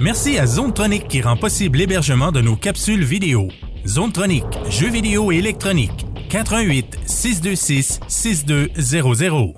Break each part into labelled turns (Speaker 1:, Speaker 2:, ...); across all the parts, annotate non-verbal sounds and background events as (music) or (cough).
Speaker 1: Merci à Zone Tronic qui rend possible l'hébergement de nos capsules vidéo. Zone Tronic, jeux vidéo et électronique. 88 626 6200.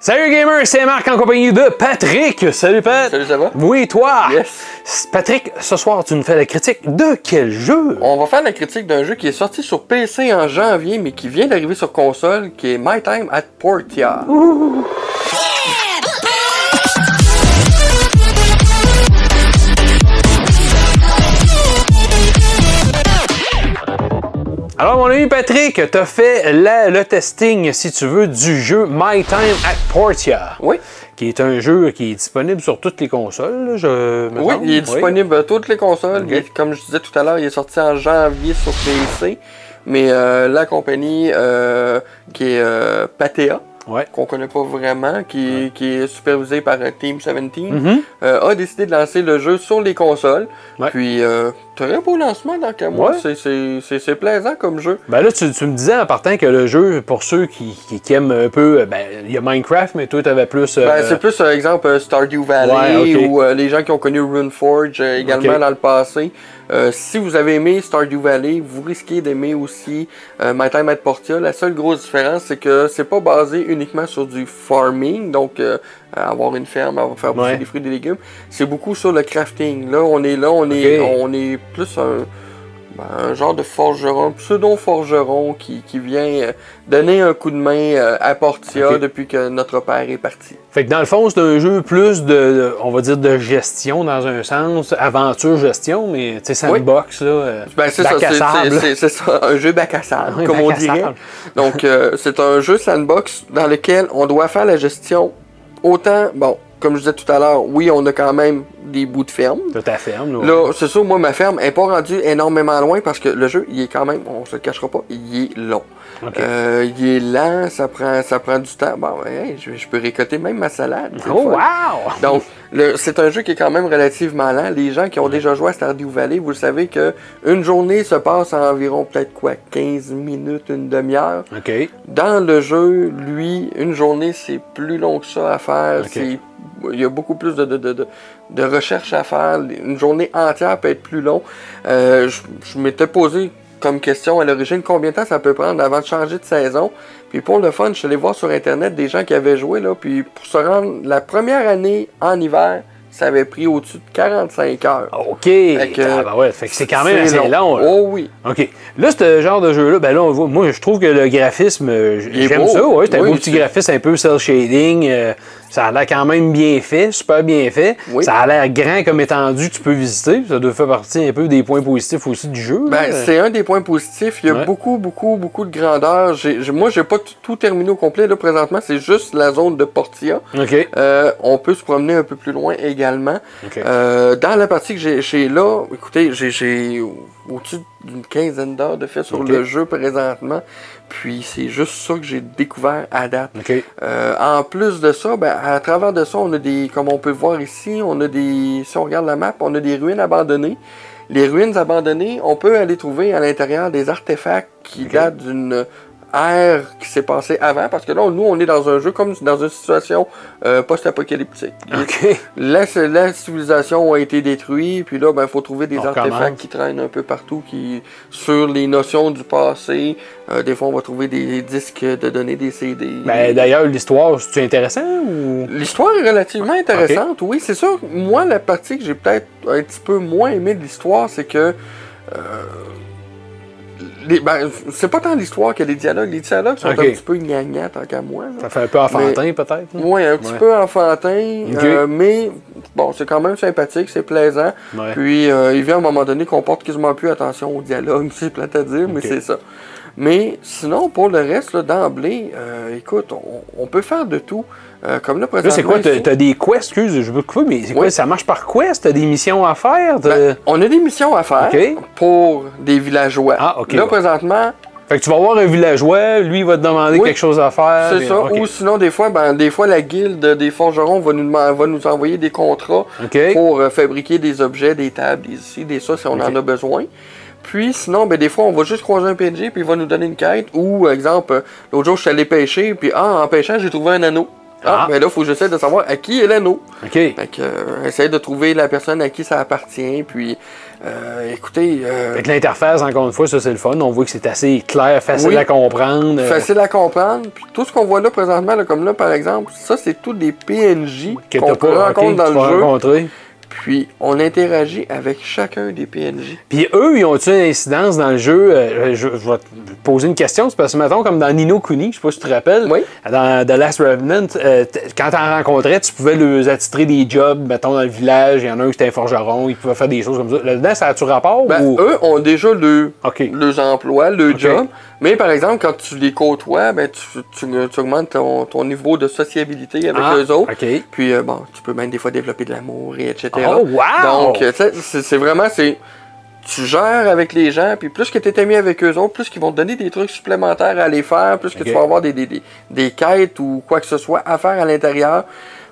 Speaker 2: Salut gamers, c'est Marc en compagnie de Patrick. Salut Pat.
Speaker 3: Salut, ça va?
Speaker 2: Oui, toi.
Speaker 3: Yes.
Speaker 2: Patrick, ce soir, tu nous fais la critique de quel jeu?
Speaker 3: On va faire la critique d'un jeu qui est sorti sur PC en janvier, mais qui vient d'arriver sur console, qui est My Time at Portia.
Speaker 2: Alors, mon ami Patrick, t'as fait la- le testing, si tu veux, du jeu My Time at Portia.
Speaker 3: Oui.
Speaker 2: Qui est un jeu qui est disponible sur toutes les consoles, là, je me
Speaker 3: Oui,
Speaker 2: semble.
Speaker 3: il est disponible à toutes les consoles. Il est- comme je disais tout à l'heure, il est sorti en janvier sur PC. Mais euh, la compagnie euh, qui est euh, Patea,
Speaker 2: Ouais.
Speaker 3: qu'on connaît pas vraiment, qui, qui est supervisée par euh, Team 17, euh, a décidé de lancer le jeu sur les consoles.
Speaker 2: Mm-hmm. Ouais.
Speaker 3: Puis, euh, très beau lancement dans le moi.
Speaker 2: Ouais.
Speaker 3: C'est- c'est- C'est c'est plaisant comme jeu.
Speaker 2: Ben là, tu, tu me disais en partant que le jeu, pour ceux qui, qui, qui aiment un peu, euh, ben, il y a Minecraft, mais toi, t'avais plus. euh,
Speaker 3: Ben, c'est plus, euh, exemple, euh, Stardew Valley
Speaker 2: Ouais, ok.
Speaker 3: ou euh, les gens qui ont connu RuneForge euh, également
Speaker 2: Ok.
Speaker 3: dans le passé. Euh, si vous avez aimé Stardew Valley, vous risquez d'aimer aussi euh, My Time at Portia. La seule grosse différence, c'est que c'est pas basé uniquement sur du farming, donc euh, avoir une ferme, avoir- faire pousser
Speaker 2: Ouais.
Speaker 3: des fruits et des légumes. C'est beaucoup sur le crafting. Là, on est là, on est,
Speaker 2: Ok.
Speaker 3: on est plus un, ben, un genre de forgeron, pseudo-forgeron qui, qui vient euh, donner un coup de main euh, à Portia
Speaker 2: Ok.
Speaker 3: depuis que notre père est parti.
Speaker 2: Fait que dans le fond, c'est un jeu plus de, de- on va dire, de gestion dans un sens, aventure-gestion, mais tu sais,
Speaker 3: Oui.
Speaker 2: sandbox, là. euh,
Speaker 3: Ben, c'est ça,
Speaker 2: bac à
Speaker 3: c'est-
Speaker 2: sable.
Speaker 3: c'est- c'est- c'est ça, un jeu bac à sable,
Speaker 2: (laughs) Oui,
Speaker 3: comme
Speaker 2: bac
Speaker 3: on
Speaker 2: à
Speaker 3: dirait.
Speaker 2: sable.
Speaker 3: Donc, euh, c'est un jeu sandbox dans lequel on doit faire la gestion. Autant, bon, comme je disais tout à l'heure, oui, on a quand même des bouts de ferme.
Speaker 2: T'as ta ferme, là.
Speaker 3: Là, c'est sûr, moi, ma ferme n'est pas rendue énormément loin parce que le jeu, il est quand même, on se le cachera pas, il est long.
Speaker 2: Ok.
Speaker 3: Euh, il est lent, ça prend, ça prend du temps. Bon, hey, je, je peux récolter même ma salade. c'est le
Speaker 2: Oh,
Speaker 3: fun.
Speaker 2: wow!
Speaker 3: Donc, le- c'est un jeu qui est quand même relativement lent. Les gens qui ont déjà joué à Stardew Valley, vous le savez que une journée se passe en environ peut-être quoi, 15 minutes, une demi-heure.
Speaker 2: OK.
Speaker 3: Dans le jeu, lui, une journée, c'est plus long que ça à faire.
Speaker 2: Ok.
Speaker 3: C'est- il y a beaucoup plus de, de, de, de- de recherches à faire. Une journée entière peut être plus long. Euh, je je m'étais posé comme question à l'origine combien de temps ça peut prendre avant de changer de saison. Puis pour le fun, je suis allé voir sur Internet des gens qui avaient joué. Là, puis pour se rendre la première année en hiver, ça avait pris au-dessus de 45 heures.
Speaker 2: OK.
Speaker 3: que-
Speaker 2: Ah, ben ouais, fait que c'est quand même assez long, là.
Speaker 3: Oh oui.
Speaker 2: OK. Là, ce genre de jeu-là, ben là, on voit, moi, je trouve que le graphisme, euh,
Speaker 3: Il est
Speaker 2: j'aime
Speaker 3: beau.
Speaker 2: ça, ouais. C'est un
Speaker 3: Oui,
Speaker 2: beau petit
Speaker 3: c'est-
Speaker 2: graphisme un peu cel-shading. euh, ça a l'air quand même bien fait, super bien fait.
Speaker 3: Oui.
Speaker 2: Ça a l'air grand comme étendu que tu peux visiter. Ça doit faire partie un peu des points positifs aussi du jeu.
Speaker 3: Ben,
Speaker 2: là.
Speaker 3: c'est un des points positifs. Il y a
Speaker 2: Ouais.
Speaker 3: beaucoup, beaucoup, beaucoup de grandeur. J'ai, j'ai- moi, j'ai pas tout, tout terminé au complet. Là, présentement, c'est juste la zone de Portia.
Speaker 2: OK.
Speaker 3: Euh, on peut se promener un peu plus loin également.
Speaker 2: OK.
Speaker 3: Euh, dans la partie que j'ai, j'ai là, écoutez, j'ai, j'ai au- au-dessus d'une quinzaine d'heures de fait sur
Speaker 2: Ok.
Speaker 3: le jeu présentement. Puis c'est juste ça que j'ai découvert à date. (laughs)
Speaker 2: OK.
Speaker 3: Euh, en plus de ça, ben, à travers de ça, on a des, comme on peut le voir ici, on a des, si on regarde la map, on a des ruines abandonnées. Les ruines abandonnées, on peut aller trouver à l'intérieur des artefacts qui datent d'une ère qui s'est passée avant, parce que là, nous, on est dans un jeu comme dans une situation euh, post-apocalyptique.
Speaker 2: OK.
Speaker 3: La, la civilisation a été détruite, puis là, ben, faut trouver des
Speaker 2: On
Speaker 3: artefacts
Speaker 2: recommence.
Speaker 3: qui traînent un peu partout, qui sur les notions du passé. Euh, des fois, on va trouver des disques de données, des CD.
Speaker 2: Ben, d'ailleurs, l'histoire, c'est-tu intéressant ou.
Speaker 3: L'histoire est relativement intéressante, oui. C'est sûr, moi, la partie que j'ai peut-être un petit peu moins aimée de l'histoire, c'est que. euh, les- ben, c'est pas tant l'histoire que les dialogues. Les dialogues sont
Speaker 2: Ok.
Speaker 3: un petit peu gnagnants, tant qu'à moi. là.
Speaker 2: Ça fait un peu enfantin, peut-être? là?
Speaker 3: Oui, un petit
Speaker 2: Ouais.
Speaker 3: peu enfantin,
Speaker 2: Ok.
Speaker 3: euh, mais bon, c'est quand même sympathique, c'est plaisant.
Speaker 2: Ouais.
Speaker 3: Puis euh, il vient à un moment donné qu'on porte quasiment plus attention au dialogue, (laughs) c'est plate à dire, mais
Speaker 2: Ok.
Speaker 3: c'est ça. Mais sinon, pour le reste, là, d'emblée, euh, écoute, on, on peut faire de tout. Euh, comme
Speaker 2: Là,
Speaker 3: là, présentement,
Speaker 2: c'est quoi? T'as
Speaker 3: ici,
Speaker 2: t'as des quests, excuse, je veux te couper, mais c'est quoi?
Speaker 3: Oui.
Speaker 2: Ça marche par quest? T'as des missions à faire? t'as-
Speaker 3: ben, on a des missions à faire
Speaker 2: Euh, Ok.
Speaker 3: pour des villageois.
Speaker 2: Ah, ok,
Speaker 3: Là,
Speaker 2: ouais.
Speaker 3: présentement,
Speaker 2: Fait que tu vas voir un villageois, lui, il va te demander
Speaker 3: Oui.
Speaker 2: quelque chose à faire.
Speaker 3: C'est
Speaker 2: puis-
Speaker 3: ça.
Speaker 2: Ah, ok.
Speaker 3: Ou sinon, des fois, ben, des fois, la guilde des forgerons va nous, demand- va nous envoyer des contrats
Speaker 2: Ok.
Speaker 3: pour euh, fabriquer des objets, des tables, des ci, des ça, si on
Speaker 2: Ok.
Speaker 3: en a besoin. Puis sinon, ben, des fois, on va juste croiser un PNJ, euh, puis il va nous donner une quête. Ou, exemple, euh, l'autre jour, je suis allé pêcher, puis ah, en pêchant, j'ai trouvé un anneau. Ah,
Speaker 2: Ah.
Speaker 3: ben là, faut que j'essaie de savoir à qui est l'anneau.
Speaker 2: OK.
Speaker 3: Fait que, euh, essaye de trouver la personne à qui ça appartient, puis, euh, écoutez, euh,
Speaker 2: Fait que l'interface, encore une fois, ça, c'est le fun. On voit que c'est assez clair, facile
Speaker 3: Oui.
Speaker 2: à comprendre. euh,
Speaker 3: facile à comprendre. Puis tout ce qu'on voit là présentement, là, comme là, par exemple, ça, c'est tout des PNJ
Speaker 2: que
Speaker 3: qu'on
Speaker 2: t'as
Speaker 3: peut
Speaker 2: pas
Speaker 3: rencontrer
Speaker 2: rencontré,
Speaker 3: dans le jeu.
Speaker 2: rencontrer.
Speaker 3: Puis, on interagit avec chacun des PNJ.
Speaker 2: Puis eux, ils ont-tu une incidence dans le jeu? Euh, je, je vais te poser une question, c'est parce que, mettons, comme dans Nino Kuni, je sais pas si tu te rappelles,
Speaker 3: Oui.
Speaker 2: dans The Last Revenant, euh, t- quand t'en rencontrais, tu pouvais leur attitrer des jobs, mettons, dans le village, il y en a un qui était un forgeron, il pouvait faire des choses comme ça. Là-dedans, ça a-tu rapport?
Speaker 3: Ben,
Speaker 2: ou...
Speaker 3: eux ont déjà le,
Speaker 2: OK.
Speaker 3: leurs emplois, le
Speaker 2: Ok.
Speaker 3: job. Mais par exemple, quand tu les côtoies, ben, tu, tu- tu augmentes ton, ton niveau de sociabilité avec
Speaker 2: Ah,
Speaker 3: eux autres.
Speaker 2: OK.
Speaker 3: Puis, euh, bon, tu peux même des fois développer de l'amour et etc.
Speaker 2: Oh, wow!
Speaker 3: Donc, euh, tu sais, c'est c'est vraiment, c'est, tu gères avec les gens, puis plus que tu es ami avec eux autres, plus qu'ils vont te donner des trucs supplémentaires à aller faire, plus que
Speaker 2: Ok.
Speaker 3: tu vas avoir des, des, des, des quêtes ou quoi que ce soit à faire à l'intérieur.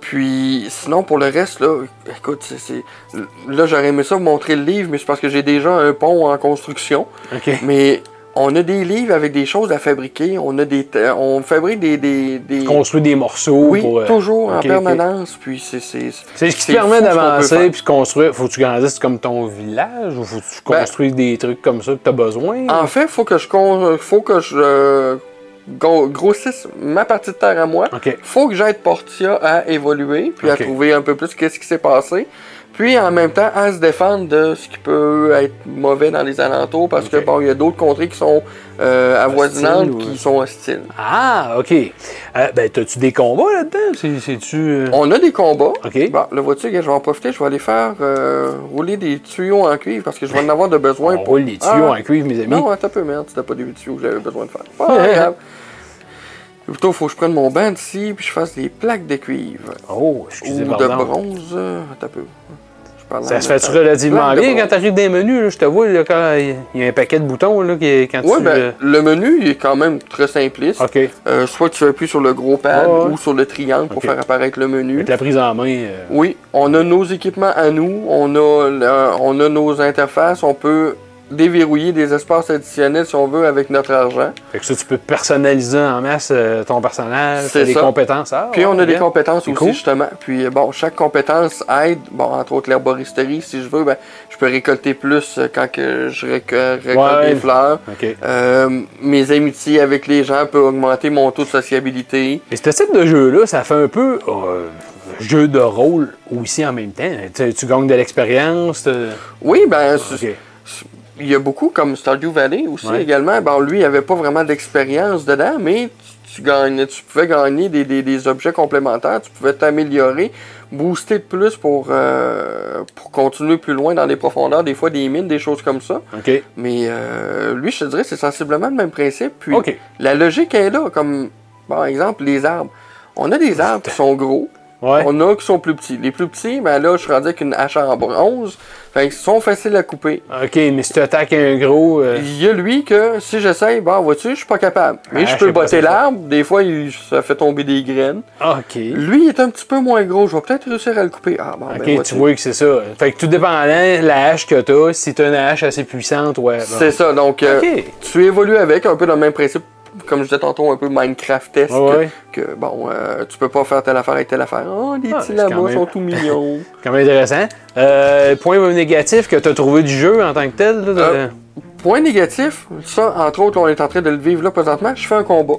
Speaker 3: Puis, sinon, pour le reste, là, écoute, c'est- c'est. Là, j'aurais aimé ça vous montrer le livre, mais c'est parce que j'ai déjà un pont en construction.
Speaker 2: OK.
Speaker 3: Mais on a des livres avec des choses à fabriquer. On a des, te- on fabrique des, des, des-
Speaker 2: Construire des morceaux
Speaker 3: oui,
Speaker 2: pour... euh,
Speaker 3: toujours
Speaker 2: ok, ok.
Speaker 3: en permanence. Puis c'est, c'est,
Speaker 2: C'est ce qui te
Speaker 3: c'est
Speaker 2: permet
Speaker 3: fou qu'on peut
Speaker 2: d'avancer
Speaker 3: faire.
Speaker 2: puis de construire. Faut que tu grandisses comme ton village ou faut que tu
Speaker 3: Ben,
Speaker 2: construises des trucs comme ça que t'as besoin?
Speaker 3: En fait, faut que je, con- faut que je euh, go- grossisse ma partie de terre à moi.
Speaker 2: OK.
Speaker 3: Faut que j'aide Portia à évoluer, puis
Speaker 2: Ok.
Speaker 3: à trouver un peu plus qu'est-ce qui s'est passé. Puis en même temps, à se défendre de ce qui peut être mauvais dans les alentours, parce
Speaker 2: Ok.
Speaker 3: que bon, il y a d'autres contrées qui sont euh,
Speaker 2: Hostiles,
Speaker 3: avoisinantes,
Speaker 2: ouais.
Speaker 3: qui sont hostiles.
Speaker 2: Ah, OK. Euh, ben, t'as-tu des combats là-dedans? C'est- C'est-tu... euh,
Speaker 3: On a des combats.
Speaker 2: OK.
Speaker 3: Bon, le vois-tu, gars, je vais en profiter, je vais aller faire euh, rouler des tuyaux en cuivre parce que je vais en avoir de besoin
Speaker 2: On roule les tuyaux
Speaker 3: Ah,
Speaker 2: en cuivre, mes amis.
Speaker 3: Non, attends un peu, merde, c'était pas des tuyaux que j'avais besoin de faire. Pas grave. Plutôt, faut que je prenne mon bain d'ici puis je fasse des plaques de cuivre.
Speaker 2: Oh,
Speaker 3: Ou
Speaker 2: excusez,
Speaker 3: de
Speaker 2: pardon.
Speaker 3: bronze. euh, Attends un peu. Je parle en
Speaker 2: Ça se
Speaker 3: même
Speaker 2: fait-tu
Speaker 3: temps.
Speaker 2: relativement
Speaker 3: Plaques de
Speaker 2: bien quand
Speaker 3: bronze.
Speaker 2: t'arrives dans les menus? Là, je te vois, là, quand il y- y a un paquet de boutons là, qui est- quand
Speaker 3: Ouais,
Speaker 2: tu...
Speaker 3: ben,
Speaker 2: euh,
Speaker 3: le menu il est quand même très simpliste.
Speaker 2: OK. Avec
Speaker 3: Euh, soit tu appuies sur le gros pad
Speaker 2: Ah, Ouais, ouais.
Speaker 3: ou sur le triangle pour
Speaker 2: Ok.
Speaker 3: faire apparaître le menu.
Speaker 2: la prise en main. euh,
Speaker 3: Oui, on a nos équipements à nous, on a, le- on a nos interfaces, on peut déverrouiller des espaces additionnels si on veut avec notre argent.
Speaker 2: Fait que ça, tu peux personnaliser en masse euh, ton personnage,
Speaker 3: C'est
Speaker 2: t'as des
Speaker 3: ça.
Speaker 2: compétences. Ah,
Speaker 3: Puis on
Speaker 2: ouais,
Speaker 3: a des
Speaker 2: bien.
Speaker 3: compétences
Speaker 2: C'est
Speaker 3: aussi,
Speaker 2: cool.
Speaker 3: justement. Puis euh, bon, chaque compétence aide, bon, entre autres l'herboristerie, si je veux, ben, je peux récolter plus euh, quand que je réc- euh, récolte
Speaker 2: Ouais.
Speaker 3: des fleurs.
Speaker 2: OK.
Speaker 3: Euh, mes amitiés avec les gens peuvent augmenter mon taux de sociabilité.
Speaker 2: Et ce type de jeu-là, ça fait un peu euh, jeu de rôle aussi en même temps. Tu, tu gagnes de l'expérience. t'as-
Speaker 3: Oui, ben, c'est-
Speaker 2: Ah, OK.
Speaker 3: Il y a beaucoup comme Stardew Valley aussi
Speaker 2: Ouais.
Speaker 3: également. Ben, lui, il n'avait pas vraiment d'expérience dedans, mais tu, tu gagnes, tu pouvais gagner des, des- des objets complémentaires, tu pouvais t'améliorer, booster de plus pour, euh, pour continuer plus loin dans les profondeurs, des fois des mines, des choses comme ça.
Speaker 2: OK.
Speaker 3: Mais euh, lui, je te dirais, c'est sensiblement le même principe. Puis
Speaker 2: OK.
Speaker 3: la logique est là, comme par exemple les arbres. On a des arbres qui sont gros,
Speaker 2: Ouais.
Speaker 3: on a qui sont plus petits. Les plus petits, ben là, je suis rendu avec une hache en bronze, fait qu'ils sont faciles à couper.
Speaker 2: OK, mais si tu attaques un gros. euh,
Speaker 3: Il y a lui que si j'essaye, bon, vois-tu, je suis pas capable. Mais
Speaker 2: Ah,
Speaker 3: je
Speaker 2: je
Speaker 3: peux
Speaker 2: sais pas
Speaker 3: botter
Speaker 2: ça.
Speaker 3: l'arbre, des fois il- ça fait tomber des graines.
Speaker 2: OK.
Speaker 3: Lui il est un petit peu moins gros, je vais peut-être réussir à le couper. Ah bon,
Speaker 2: OK,
Speaker 3: ben, vois-tu.
Speaker 2: tu vois que c'est ça. Fait que tout dépendant de la hache que t'as, si t'as une hache assez puissante, ouais. bon.
Speaker 3: C'est ça, donc euh,
Speaker 2: OK.
Speaker 3: tu évolues avec un peu le même principe, comme je disais tantôt, un peu Minecraft-esque.
Speaker 2: Ouais, ouais.
Speaker 3: Que bon, euh, tu peux pas faire telle affaire et telle affaire. Oh, les
Speaker 2: Ah,
Speaker 3: petits
Speaker 2: c'est quand
Speaker 3: labos
Speaker 2: même-
Speaker 3: sont tout mignons. (laughs)
Speaker 2: Quand même intéressant. Euh, point négatif que t'as trouvé du jeu en tant que tel, là, de-
Speaker 3: Euh, Point négatif, ça, entre autres, on est en train de le vivre là présentement, je fais un combat.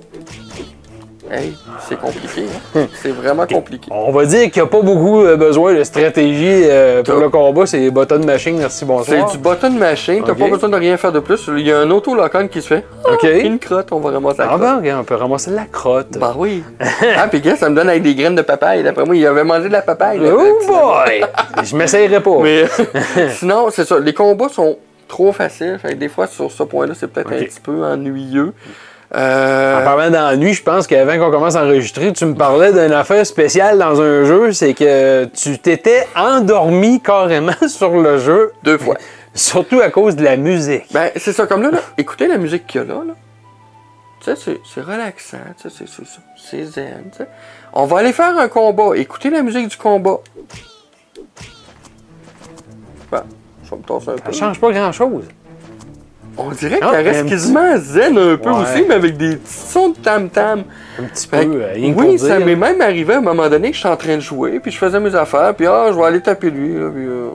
Speaker 3: Hey, c'est compliqué,
Speaker 2: Hum.
Speaker 3: hein? c'est vraiment compliqué.
Speaker 2: On va dire qu'il n'y a pas beaucoup euh, besoin de stratégie euh, pour
Speaker 3: Top.
Speaker 2: le combat, c'est button machine, merci,
Speaker 3: C'est
Speaker 2: bonsoir.
Speaker 3: du button machine, t'as
Speaker 2: Ok.
Speaker 3: pas besoin de rien faire de plus. Il y a un auto-locan qui se fait.
Speaker 2: OK.
Speaker 3: Une crotte, on va ramasser la
Speaker 2: Ah
Speaker 3: crotte.
Speaker 2: ben, regarde, on peut ramasser de la crotte.
Speaker 3: Bah
Speaker 2: (laughs)
Speaker 3: oui. ah, puis gars, ça me donne avec des graines de papaye. D'après moi, il avait mangé de la papaye. là.
Speaker 2: Oh boy! Je m'essayerai pas.
Speaker 3: Mais
Speaker 2: (laughs)
Speaker 3: sinon, c'est ça. Les combats sont trop faciles. Fait que des fois, sur ce point-là, c'est peut-être
Speaker 2: Ok.
Speaker 3: un petit peu ennuyeux. Euh,
Speaker 2: En parlant d'ennui, je pense qu'avant qu'on commence à enregistrer, tu me parlais d'une affaire spéciale dans un jeu, c'est que tu t'étais endormi carrément (laughs) sur le jeu,
Speaker 3: deux fois.
Speaker 2: surtout à cause de la musique.
Speaker 3: (laughs) Ben, c'est ça, comme là, là, écoutez la musique qu'il y a là, là. Tu sais, c'est- c'est relaxant, tu sais, c'est- c'est- c'est- c'est zen, tu sais. On va aller faire un combat. Écoutez la musique du combat. Ben, je vais me tasser un peu.
Speaker 2: Ça change pas grand-chose.
Speaker 3: On dirait
Speaker 2: Ah,
Speaker 3: qu'elle
Speaker 2: un
Speaker 3: reste
Speaker 2: petit-
Speaker 3: quasiment zen un peu
Speaker 2: Ouais.
Speaker 3: aussi, mais avec des petits sons de tam-tam.
Speaker 2: Un petit peu,
Speaker 3: Fait que,
Speaker 2: euh, rien que
Speaker 3: oui,
Speaker 2: pour
Speaker 3: ça
Speaker 2: dire.
Speaker 3: m'est même arrivé à un moment donné que je suis en train de jouer, puis je faisais mes affaires, puis ah, je vais aller taper lui. là, puis, euh,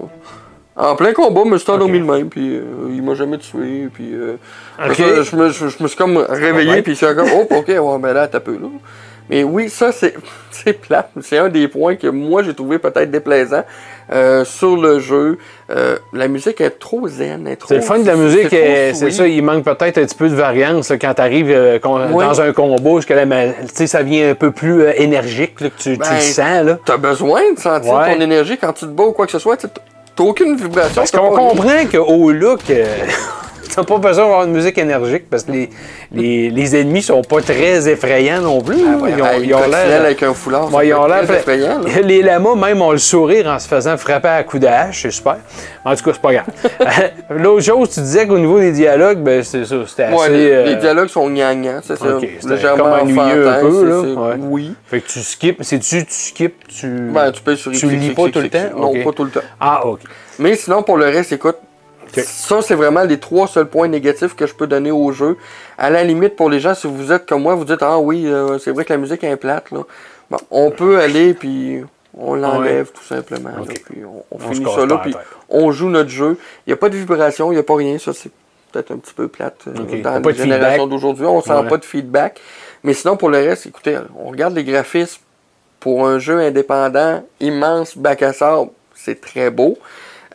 Speaker 3: en plein combat, je me suis endormi le même, puis euh, il m'a jamais tué, puis euh,
Speaker 2: Ok.
Speaker 3: ça, je, me, je- je me suis comme réveillé,
Speaker 2: Ouais.
Speaker 3: puis je suis comme, oh, ok, ouais, ben là, t'as peu là. Mais oui, ça, c'est (laughs) c'est plat. C'est un des points que moi, j'ai trouvé peut-être déplaisant euh, sur le jeu. Euh, la musique est trop zen, elle est trop...
Speaker 2: C'est le fun de la musique, euh,
Speaker 3: trop
Speaker 2: c'est
Speaker 3: sweet.
Speaker 2: ça, il manque peut-être un petit peu de variance là, quand t'arrives euh, con-
Speaker 3: Oui.
Speaker 2: dans un combo, que là, mais, tu sais, ça vient un peu plus euh, énergique, là, que tu, tu
Speaker 3: Ben,
Speaker 2: le sens. Là.
Speaker 3: T'as besoin de sentir
Speaker 2: Ouais.
Speaker 3: ton énergie quand tu te bats ou quoi que ce soit. tu sais, t- T'as aucune vibration.
Speaker 2: Parce
Speaker 3: t'as
Speaker 2: qu'on
Speaker 3: pas-
Speaker 2: comprend qu'au look, euh, (laughs) t'as pas besoin d'avoir une musique énergique parce que les, les, les ennemis sont pas très effrayants non plus. là.
Speaker 3: Ouais,
Speaker 2: ils ont,
Speaker 3: Ah, ouais,
Speaker 2: ils ont
Speaker 3: coccinelle
Speaker 2: l'air.
Speaker 3: avec un foulard. ça
Speaker 2: Ouais, ils
Speaker 3: peut
Speaker 2: ont
Speaker 3: être
Speaker 2: l'air
Speaker 3: très
Speaker 2: (laughs)
Speaker 3: effrayant. là.
Speaker 2: Les lamas, même, ont le sourire en se faisant frapper à coups de hache, c'est super. En tout cas, c'est pas grave.
Speaker 3: (laughs)
Speaker 2: L'autre chose, tu disais qu'au niveau des dialogues, ben, c'est ça, c'était assez.
Speaker 3: Ouais, les, les
Speaker 2: euh,
Speaker 3: dialogues sont gnangnants, c'est ça.
Speaker 2: ok, c'est
Speaker 3: légèrement
Speaker 2: comme ennuyeux un
Speaker 3: enfantin,
Speaker 2: peu, là,
Speaker 3: c'est- c'est-
Speaker 2: ouais.
Speaker 3: Oui.
Speaker 2: Fait que tu skips, c'est-tu, tu skips, tu.
Speaker 3: Ben, tu peux sur
Speaker 2: Tu lis pas tout le temps?
Speaker 3: Non,
Speaker 2: Ok.
Speaker 3: pas tout le temps.
Speaker 2: Ah, ok.
Speaker 3: Mais sinon, pour le reste, écoute,
Speaker 2: Ok.
Speaker 3: ça, c'est vraiment les trois seuls points négatifs que je peux donner au jeu. À la limite, pour les gens, si vous êtes comme moi, vous dites Ah oui, euh, c'est vrai que la musique est plate. Là. Bon, on peut aller, puis on l'enlève tout simplement. là,
Speaker 2: Ok.
Speaker 3: puis on, on
Speaker 2: On se
Speaker 3: finit
Speaker 2: casse
Speaker 3: ça
Speaker 2: pas
Speaker 3: là,
Speaker 2: la
Speaker 3: puis
Speaker 2: tête.
Speaker 3: on joue notre jeu. Il n'y a pas de vibration, il n'y a pas rien. Ça, c'est peut-être un petit peu plate euh,
Speaker 2: Ok.
Speaker 3: dans
Speaker 2: Pas
Speaker 3: la
Speaker 2: de feedback.
Speaker 3: génération d'aujourd'hui. On sent
Speaker 2: Ouais.
Speaker 3: pas de feedback. Mais sinon, pour le reste, écoutez, on regarde les graphismes pour un jeu indépendant, immense, bac à sable, c'est très beau.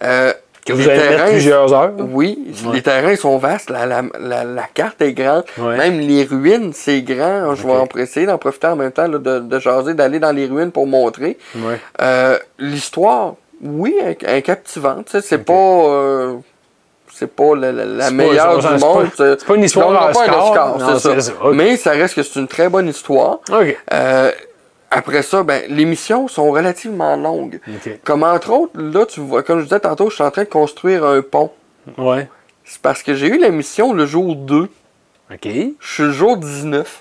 Speaker 3: Euh,
Speaker 2: Que vous
Speaker 3: les
Speaker 2: allez mettre
Speaker 3: terrains,
Speaker 2: plusieurs heures.
Speaker 3: Oui,
Speaker 2: Ouais.
Speaker 3: les terrains sont vastes, la, la- la- la carte est grande,
Speaker 2: Ouais.
Speaker 3: même les ruines, c'est grand. Je vais
Speaker 2: Ok.
Speaker 3: en essayer d'en profiter en même temps là, de, de jaser, d'aller dans les ruines pour montrer.
Speaker 2: Ouais.
Speaker 3: Euh, L'histoire, oui, elle, elle est captivante. tu sais, C'est pas. euh, c'est pas la, la- la
Speaker 2: C'est pas-
Speaker 3: meilleure
Speaker 2: c'est pas-
Speaker 3: du
Speaker 2: c'est pas-
Speaker 3: monde.
Speaker 2: c'est pas une histoire
Speaker 3: Non, non,
Speaker 2: à
Speaker 3: pas un
Speaker 2: score.
Speaker 3: Oscar,
Speaker 2: Non,
Speaker 3: c'est
Speaker 2: c'est
Speaker 3: ça.
Speaker 2: ça, ok.
Speaker 3: Mais ça reste que c'est une très bonne histoire.
Speaker 2: OK.
Speaker 3: Euh, après ça, ben, les missions sont relativement longues.
Speaker 2: OK.
Speaker 3: Comme entre autres, là, tu vois, comme je disais tantôt, je suis en train de construire un pont.
Speaker 2: Ouais.
Speaker 3: C'est parce que j'ai eu la mission le jour 2.
Speaker 2: OK. Il
Speaker 3: Je suis le jour 19.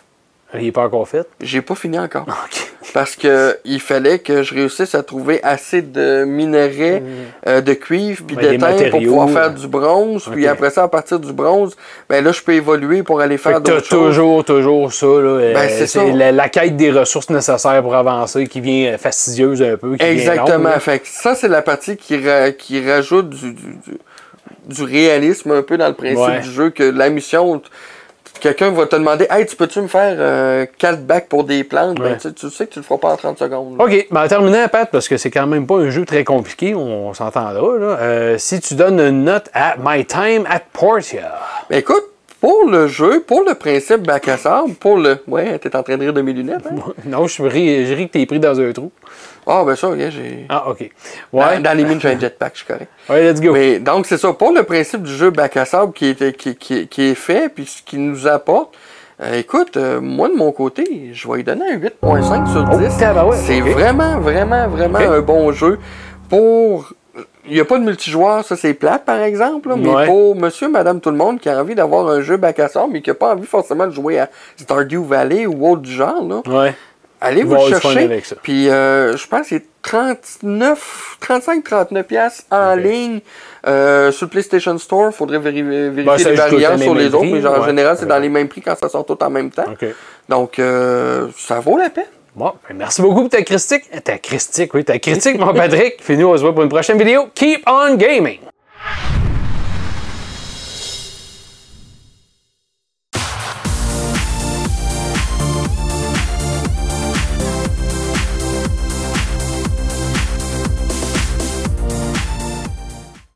Speaker 2: est pas encore fait.
Speaker 3: J'ai pas fini encore.
Speaker 2: (laughs) OK.
Speaker 3: Parce que il fallait que je réussisse à trouver assez de minerais, euh, de cuivre, puis
Speaker 2: Mmh. Ben, des
Speaker 3: d'étain pour
Speaker 2: matériaux,
Speaker 3: pouvoir
Speaker 2: là.
Speaker 3: faire du bronze. Puis
Speaker 2: Ok.
Speaker 3: après ça, à partir du bronze, ben là, je peux évoluer pour aller
Speaker 2: Fait que
Speaker 3: faire
Speaker 2: t'as
Speaker 3: d'autres choses. Ben,
Speaker 2: toujours, toujours ça, là. euh,
Speaker 3: c'est ça.
Speaker 2: La, la quête des ressources nécessaires pour avancer qui vient euh, fastidieuse un peu. Qui
Speaker 3: Exactement.
Speaker 2: Vient longue,
Speaker 3: fait que ça, c'est la partie qui, ra- qui rajoute du, du, du- du réalisme un peu dans le principe
Speaker 2: Ouais.
Speaker 3: du jeu, que la mission, t- quelqu'un va te demander Hey, tu peux-tu me faire euh, 4 bacs pour des plantes Ben,
Speaker 2: Ouais.
Speaker 3: tu, tu sais que tu le feras pas en 30 secondes.
Speaker 2: là.
Speaker 3: là.
Speaker 2: OK. Ben, en terminant, Pat, parce que c'est quand même pas un jeu très compliqué, on, on s'entendra, là. euh, si tu donnes une note à My Time at Portia. (laughs)
Speaker 3: Ben, écoute, pour le jeu, pour le principe bac à sable, pour le. Ouais, t'es en train de rire de mes lunettes, hein?
Speaker 2: non, je ris, je ris que t'es pris dans un trou.
Speaker 3: Ah, ben ça, regarde, j'ai.
Speaker 2: Ah, OK.
Speaker 3: Dans-
Speaker 2: Ouais.
Speaker 3: Dans, les mines, j'ai un jetpack, je suis correct.
Speaker 2: Ouais, let's go.
Speaker 3: Mais donc, c'est ça. Pour le principe du jeu bac à sable qui, était, qui, qui, qui est fait, puis ce qu'il nous apporte, euh, écoute, euh, moi de mon côté, je vais lui donner un 8.5 sur
Speaker 2: Oh,
Speaker 3: 10.
Speaker 2: tabarouette,
Speaker 3: c'est
Speaker 2: ok.
Speaker 3: vraiment, vraiment, vraiment
Speaker 2: Ok.
Speaker 3: un bon jeu. Pour. Il n'y a pas de multijoueur, ça c'est plate par exemple, là, mais
Speaker 2: Ouais.
Speaker 3: pour monsieur, madame, tout le monde qui a envie d'avoir un jeu bac à sable, mais qui n'a pas envie forcément de jouer à Stardew Valley ou autre du genre, là,
Speaker 2: Ouais.
Speaker 3: Allez vous
Speaker 2: Ils vont avoir
Speaker 3: le
Speaker 2: du fun
Speaker 3: chercher.
Speaker 2: avec ça.
Speaker 3: Puis euh, je pense que c'est 39, 35, 39 pièces en
Speaker 2: Ok.
Speaker 3: ligne euh, sur le PlayStation Store. Faudrait véri- vérifier
Speaker 2: Ben, ça
Speaker 3: les
Speaker 2: ajoute tout le
Speaker 3: variants
Speaker 2: temps
Speaker 3: sur
Speaker 2: les
Speaker 3: les
Speaker 2: mêmes
Speaker 3: autres,
Speaker 2: prix,
Speaker 3: mais genre, en
Speaker 2: ouais.
Speaker 3: général, c'est
Speaker 2: Ouais.
Speaker 3: dans les mêmes prix quand ça sort tout en même temps.
Speaker 2: OK.
Speaker 3: Donc euh, ça vaut la peine.
Speaker 2: Bon, ben, merci beaucoup pour ta critique.
Speaker 3: (laughs)
Speaker 2: Ta critique, oui, ta critique, mon Patrick. Puis nous, on se voit pour une prochaine vidéo. Keep on gaming!